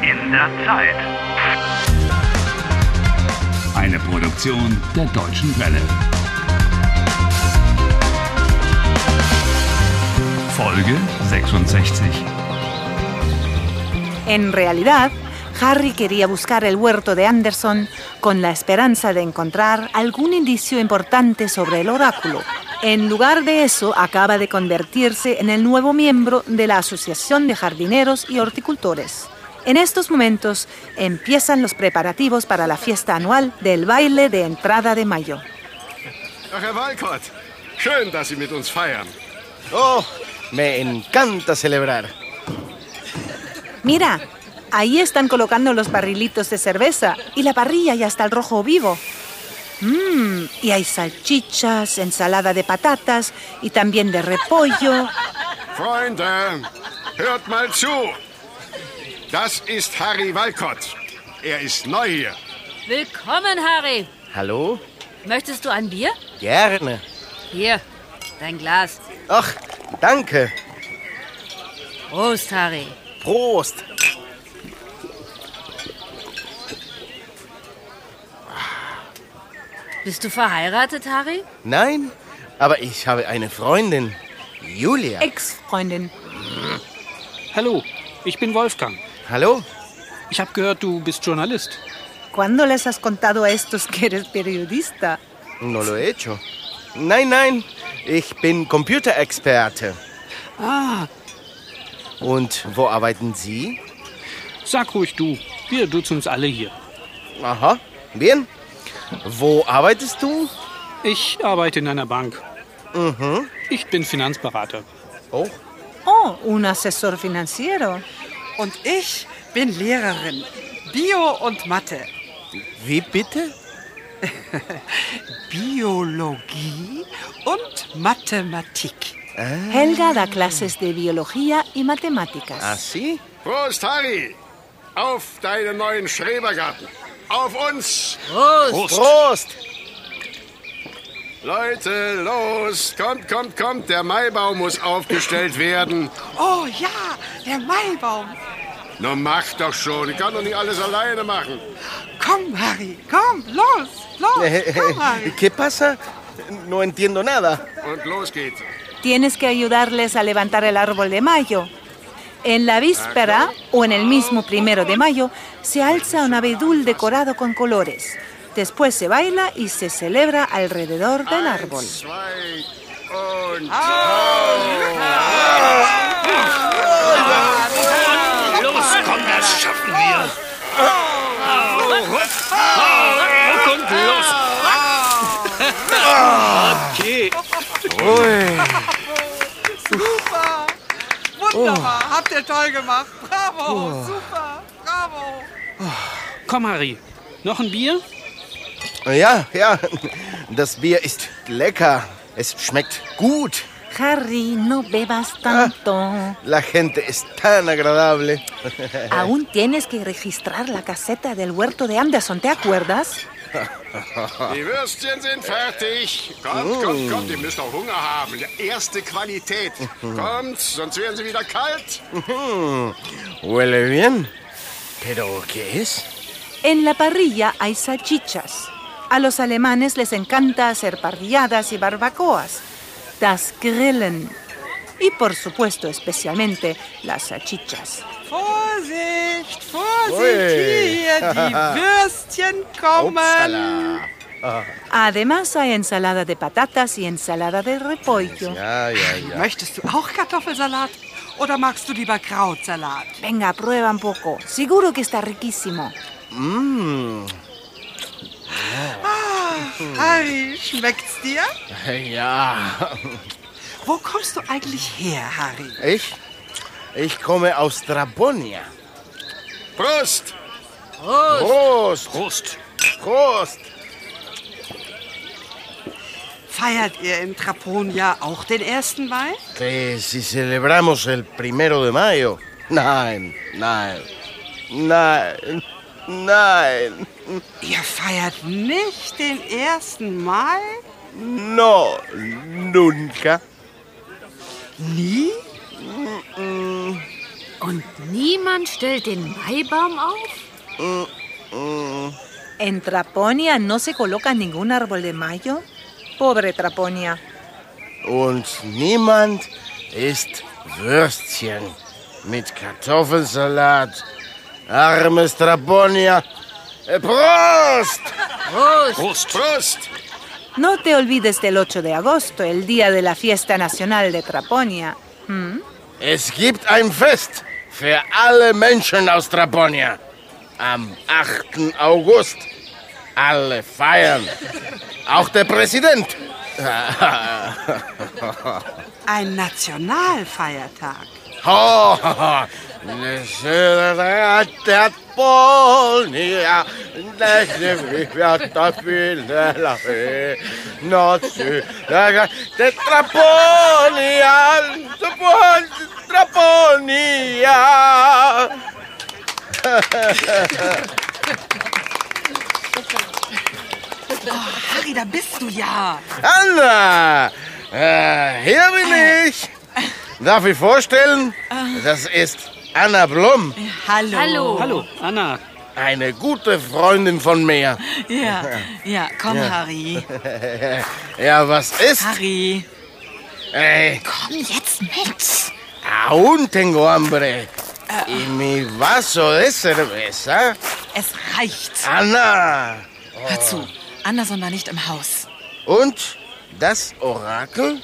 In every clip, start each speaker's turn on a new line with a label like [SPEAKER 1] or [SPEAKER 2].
[SPEAKER 1] dieser Zeit.
[SPEAKER 2] Eine Produktion der Deutschen Welle. Folge 66.
[SPEAKER 3] En realidad, Harry quería buscar el huerto de Anderson con la esperanza de encontrar algún indicio importante sobre el oráculo. En lugar de eso, acaba de convertirse en el nuevo miembro de la Asociación de Jardineros y Horticultores. En estos momentos empiezan los preparativos para la fiesta anual del baile de entrada de mayo.
[SPEAKER 4] Ach, Herr Walcott, schön, dass Sie mit uns feiern.
[SPEAKER 5] Oh, me encanta celebrar.
[SPEAKER 3] Mira, ahí están colocando los barrilitos de cerveza y la parrilla ya está al rojo vivo. Mmm, y hay salchichas, ensalada de patatas y también de repollo.
[SPEAKER 4] Freunde, hört mal zu. Das ist Harry Walcott. Er ist neu hier.
[SPEAKER 6] Willkommen, Harry.
[SPEAKER 5] Hallo?
[SPEAKER 6] Möchtest du ein Bier?
[SPEAKER 5] Gerne.
[SPEAKER 6] Hier, dein Glas.
[SPEAKER 5] Ach, danke.
[SPEAKER 6] Prost, Harry.
[SPEAKER 5] Prost.
[SPEAKER 6] Bist du verheiratet, Harry?
[SPEAKER 5] Nein, aber ich habe eine Freundin. Julia.
[SPEAKER 3] Ex-Freundin.
[SPEAKER 7] Hallo, ich bin Wolfgang.
[SPEAKER 5] Hallo?
[SPEAKER 7] Ich habe gehört, du bist Journalist.
[SPEAKER 3] ¿Cuándo les has contado a estos que eres periodista?
[SPEAKER 5] No lo he hecho. Nein, nein. Ich bin Computerexperte.
[SPEAKER 7] Ah,
[SPEAKER 5] Und wo arbeiten Sie?
[SPEAKER 7] sag ruhig du. Wir duzen uns alle hier.
[SPEAKER 5] Aha, bien. Wo arbeitest du?
[SPEAKER 7] Ich arbeite in einer Bank. Ich bin Finanzberater.
[SPEAKER 5] Oh,
[SPEAKER 3] Oh, un asesor financiero.
[SPEAKER 8] Und ich bin Lehrerin. Bio und Mathe.
[SPEAKER 5] wie bitte?
[SPEAKER 8] Biologie und Mathematik.
[SPEAKER 3] Helga da clases de biología y matemáticas.
[SPEAKER 5] Ah, sí?
[SPEAKER 4] Prost, Harry. Auf deinen neuen Schrebergarten. Auf uns.
[SPEAKER 5] Prost. Prost.
[SPEAKER 4] Leute, los. Kommt, kommt, kommt. Der Maibaum muss aufgestellt werden.
[SPEAKER 8] Oh ja, der Maibaum.
[SPEAKER 4] Nun macht doch schon. Ich kann doch nicht alles alleine machen.
[SPEAKER 8] Komm, Harry, komm, los, los, komm, Harry.
[SPEAKER 5] ¿Qué pasa? No entiendo nada.
[SPEAKER 4] Und los geht's.
[SPEAKER 3] Tienes que ayudarles a levantar el árbol de mayo. En la víspera o en el mismo primero de mayo se alza un abedul decorado con colores. Después se baila y se celebra alrededor del árbol.
[SPEAKER 4] Eins, zwei und...
[SPEAKER 2] Los, komm, das schaffen wir. Hoch und los. Okay.
[SPEAKER 8] Super. Wunderbar, habt ihr toll gemacht. Bravo, super, bravo.
[SPEAKER 7] Komm, Harry. Noch ein Bier?
[SPEAKER 5] Ja, ja. Das Bier ist lecker. Es schmeckt gut.
[SPEAKER 3] Harry, no bebas tanto.
[SPEAKER 5] La gente es tan agradable.
[SPEAKER 3] Aún tienes que registrar la caseta del huerto de Anderson, ¿te acuerdas?
[SPEAKER 4] Die Würstchen sind fertig. Kommt, kommt, kommt, ihr müsst doch Hunger haben. Ja, Erste Qualität. Kommt, sonst werden sie wieder kalt.
[SPEAKER 5] Huele bien. ¿Pero qué es?
[SPEAKER 3] En la parrilla hay salchichas. A los alemanes les encanta hacer parrilladas y barbacoas. Das Grillen. Y por supuesto, especialmente las salchichas.
[SPEAKER 8] Vorsicht,
[SPEAKER 5] Ui.
[SPEAKER 8] Vorsicht hier, die Würstchen kommen.
[SPEAKER 5] Upsala.
[SPEAKER 3] Además hay ensalada de patatas y ensalada de repollo.
[SPEAKER 5] Ja, ja, ja.
[SPEAKER 8] Möchtest du auch Kartoffelsalat oder magst du lieber Krautsalat?
[SPEAKER 3] Venga, prueba un poco. Seguro que está riquísimo.
[SPEAKER 8] Harry, schmeckt's dir?
[SPEAKER 5] Ja.
[SPEAKER 8] Wo kommst du eigentlich her, Harry?
[SPEAKER 5] Ich? Ich komme aus Trabonia.
[SPEAKER 4] Prost!
[SPEAKER 5] Prost.
[SPEAKER 7] Prost.
[SPEAKER 5] Prost.
[SPEAKER 8] Feiert ihr in Traponia auch den 1. Mai?
[SPEAKER 5] Que si celebramos el primero de mayo. Nein, nein. Nein. Nein.
[SPEAKER 8] Ihr feiert nicht den 1. Mai?
[SPEAKER 5] No. Nunca.
[SPEAKER 8] Nie?
[SPEAKER 6] Und niemand stellt den Maibaum auf?
[SPEAKER 3] ¿En Traponia no se coloca ningún árbol de mayo? Pobre Traponia.
[SPEAKER 5] Und niemand isst Würstchen mit Kartoffelsalat. Armes Traponia. Äh, Prost!
[SPEAKER 4] Prost. Prost.
[SPEAKER 3] No te olvides del 8 de agosto, el día de la fiesta nacional de Traponia.
[SPEAKER 5] Es gibt ein Fest für alle Menschen aus Traponia. Am 8. August. Alle feiern. Auch der Präsident.
[SPEAKER 8] Ein Nationalfeiertag.
[SPEAKER 5] Ho, ho, ho. Der Polnia, der wird da viel heller. Notzu, der Traponia, der Traponia.
[SPEAKER 8] Harry, da bist du ja.
[SPEAKER 5] Anna, äh, hier bin ich. Darf ich vorstellen? Das ist Anna Blum,
[SPEAKER 8] Hallo.
[SPEAKER 6] Hallo.
[SPEAKER 7] Hallo, Anna.
[SPEAKER 5] eine gute Freundin von mir.
[SPEAKER 8] Ja, ja, komm, Harry.
[SPEAKER 5] Ja, was ist?
[SPEAKER 8] Harry.
[SPEAKER 5] Ey,
[SPEAKER 8] Komm jetzt mit.
[SPEAKER 5] aún tengo hambre. Y mi vaso de cerveza.
[SPEAKER 8] Es reicht.
[SPEAKER 5] Anna.
[SPEAKER 8] Hör zu. Anderson war nicht im Haus.
[SPEAKER 5] Und das Orakel?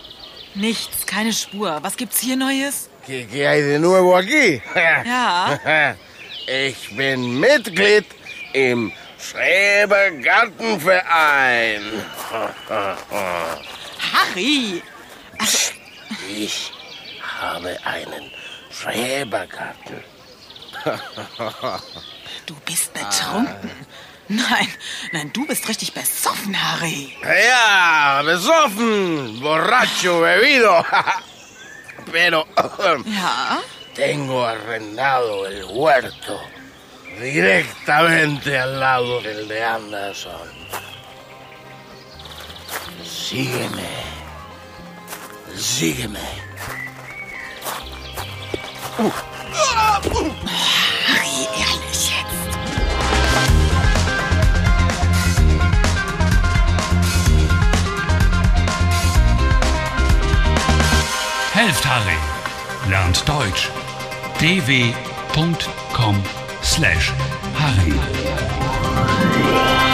[SPEAKER 8] Nichts, keine Spur. Was gibt's hier Neues?
[SPEAKER 5] ¿Qué, qué hay de nuevo aquí?
[SPEAKER 8] Ja.
[SPEAKER 5] Ich bin Mitglied im Schrebergartenverein.
[SPEAKER 8] Harry.
[SPEAKER 5] Ich habe einen Schrebergarten.
[SPEAKER 8] Du bist betrunken. Nein, nein, du bist richtig besoffen, Harry.
[SPEAKER 5] Ja, besoffen, borracho, bebido. Pero
[SPEAKER 8] Ja?
[SPEAKER 5] tengo arrendado el huerto directamente al lado del de Anderson. Sígueme. Sígueme.
[SPEAKER 8] Harry, ehrlich jetzt.
[SPEAKER 2] Helft Harry. Lernt Deutsch. dw.com/harry.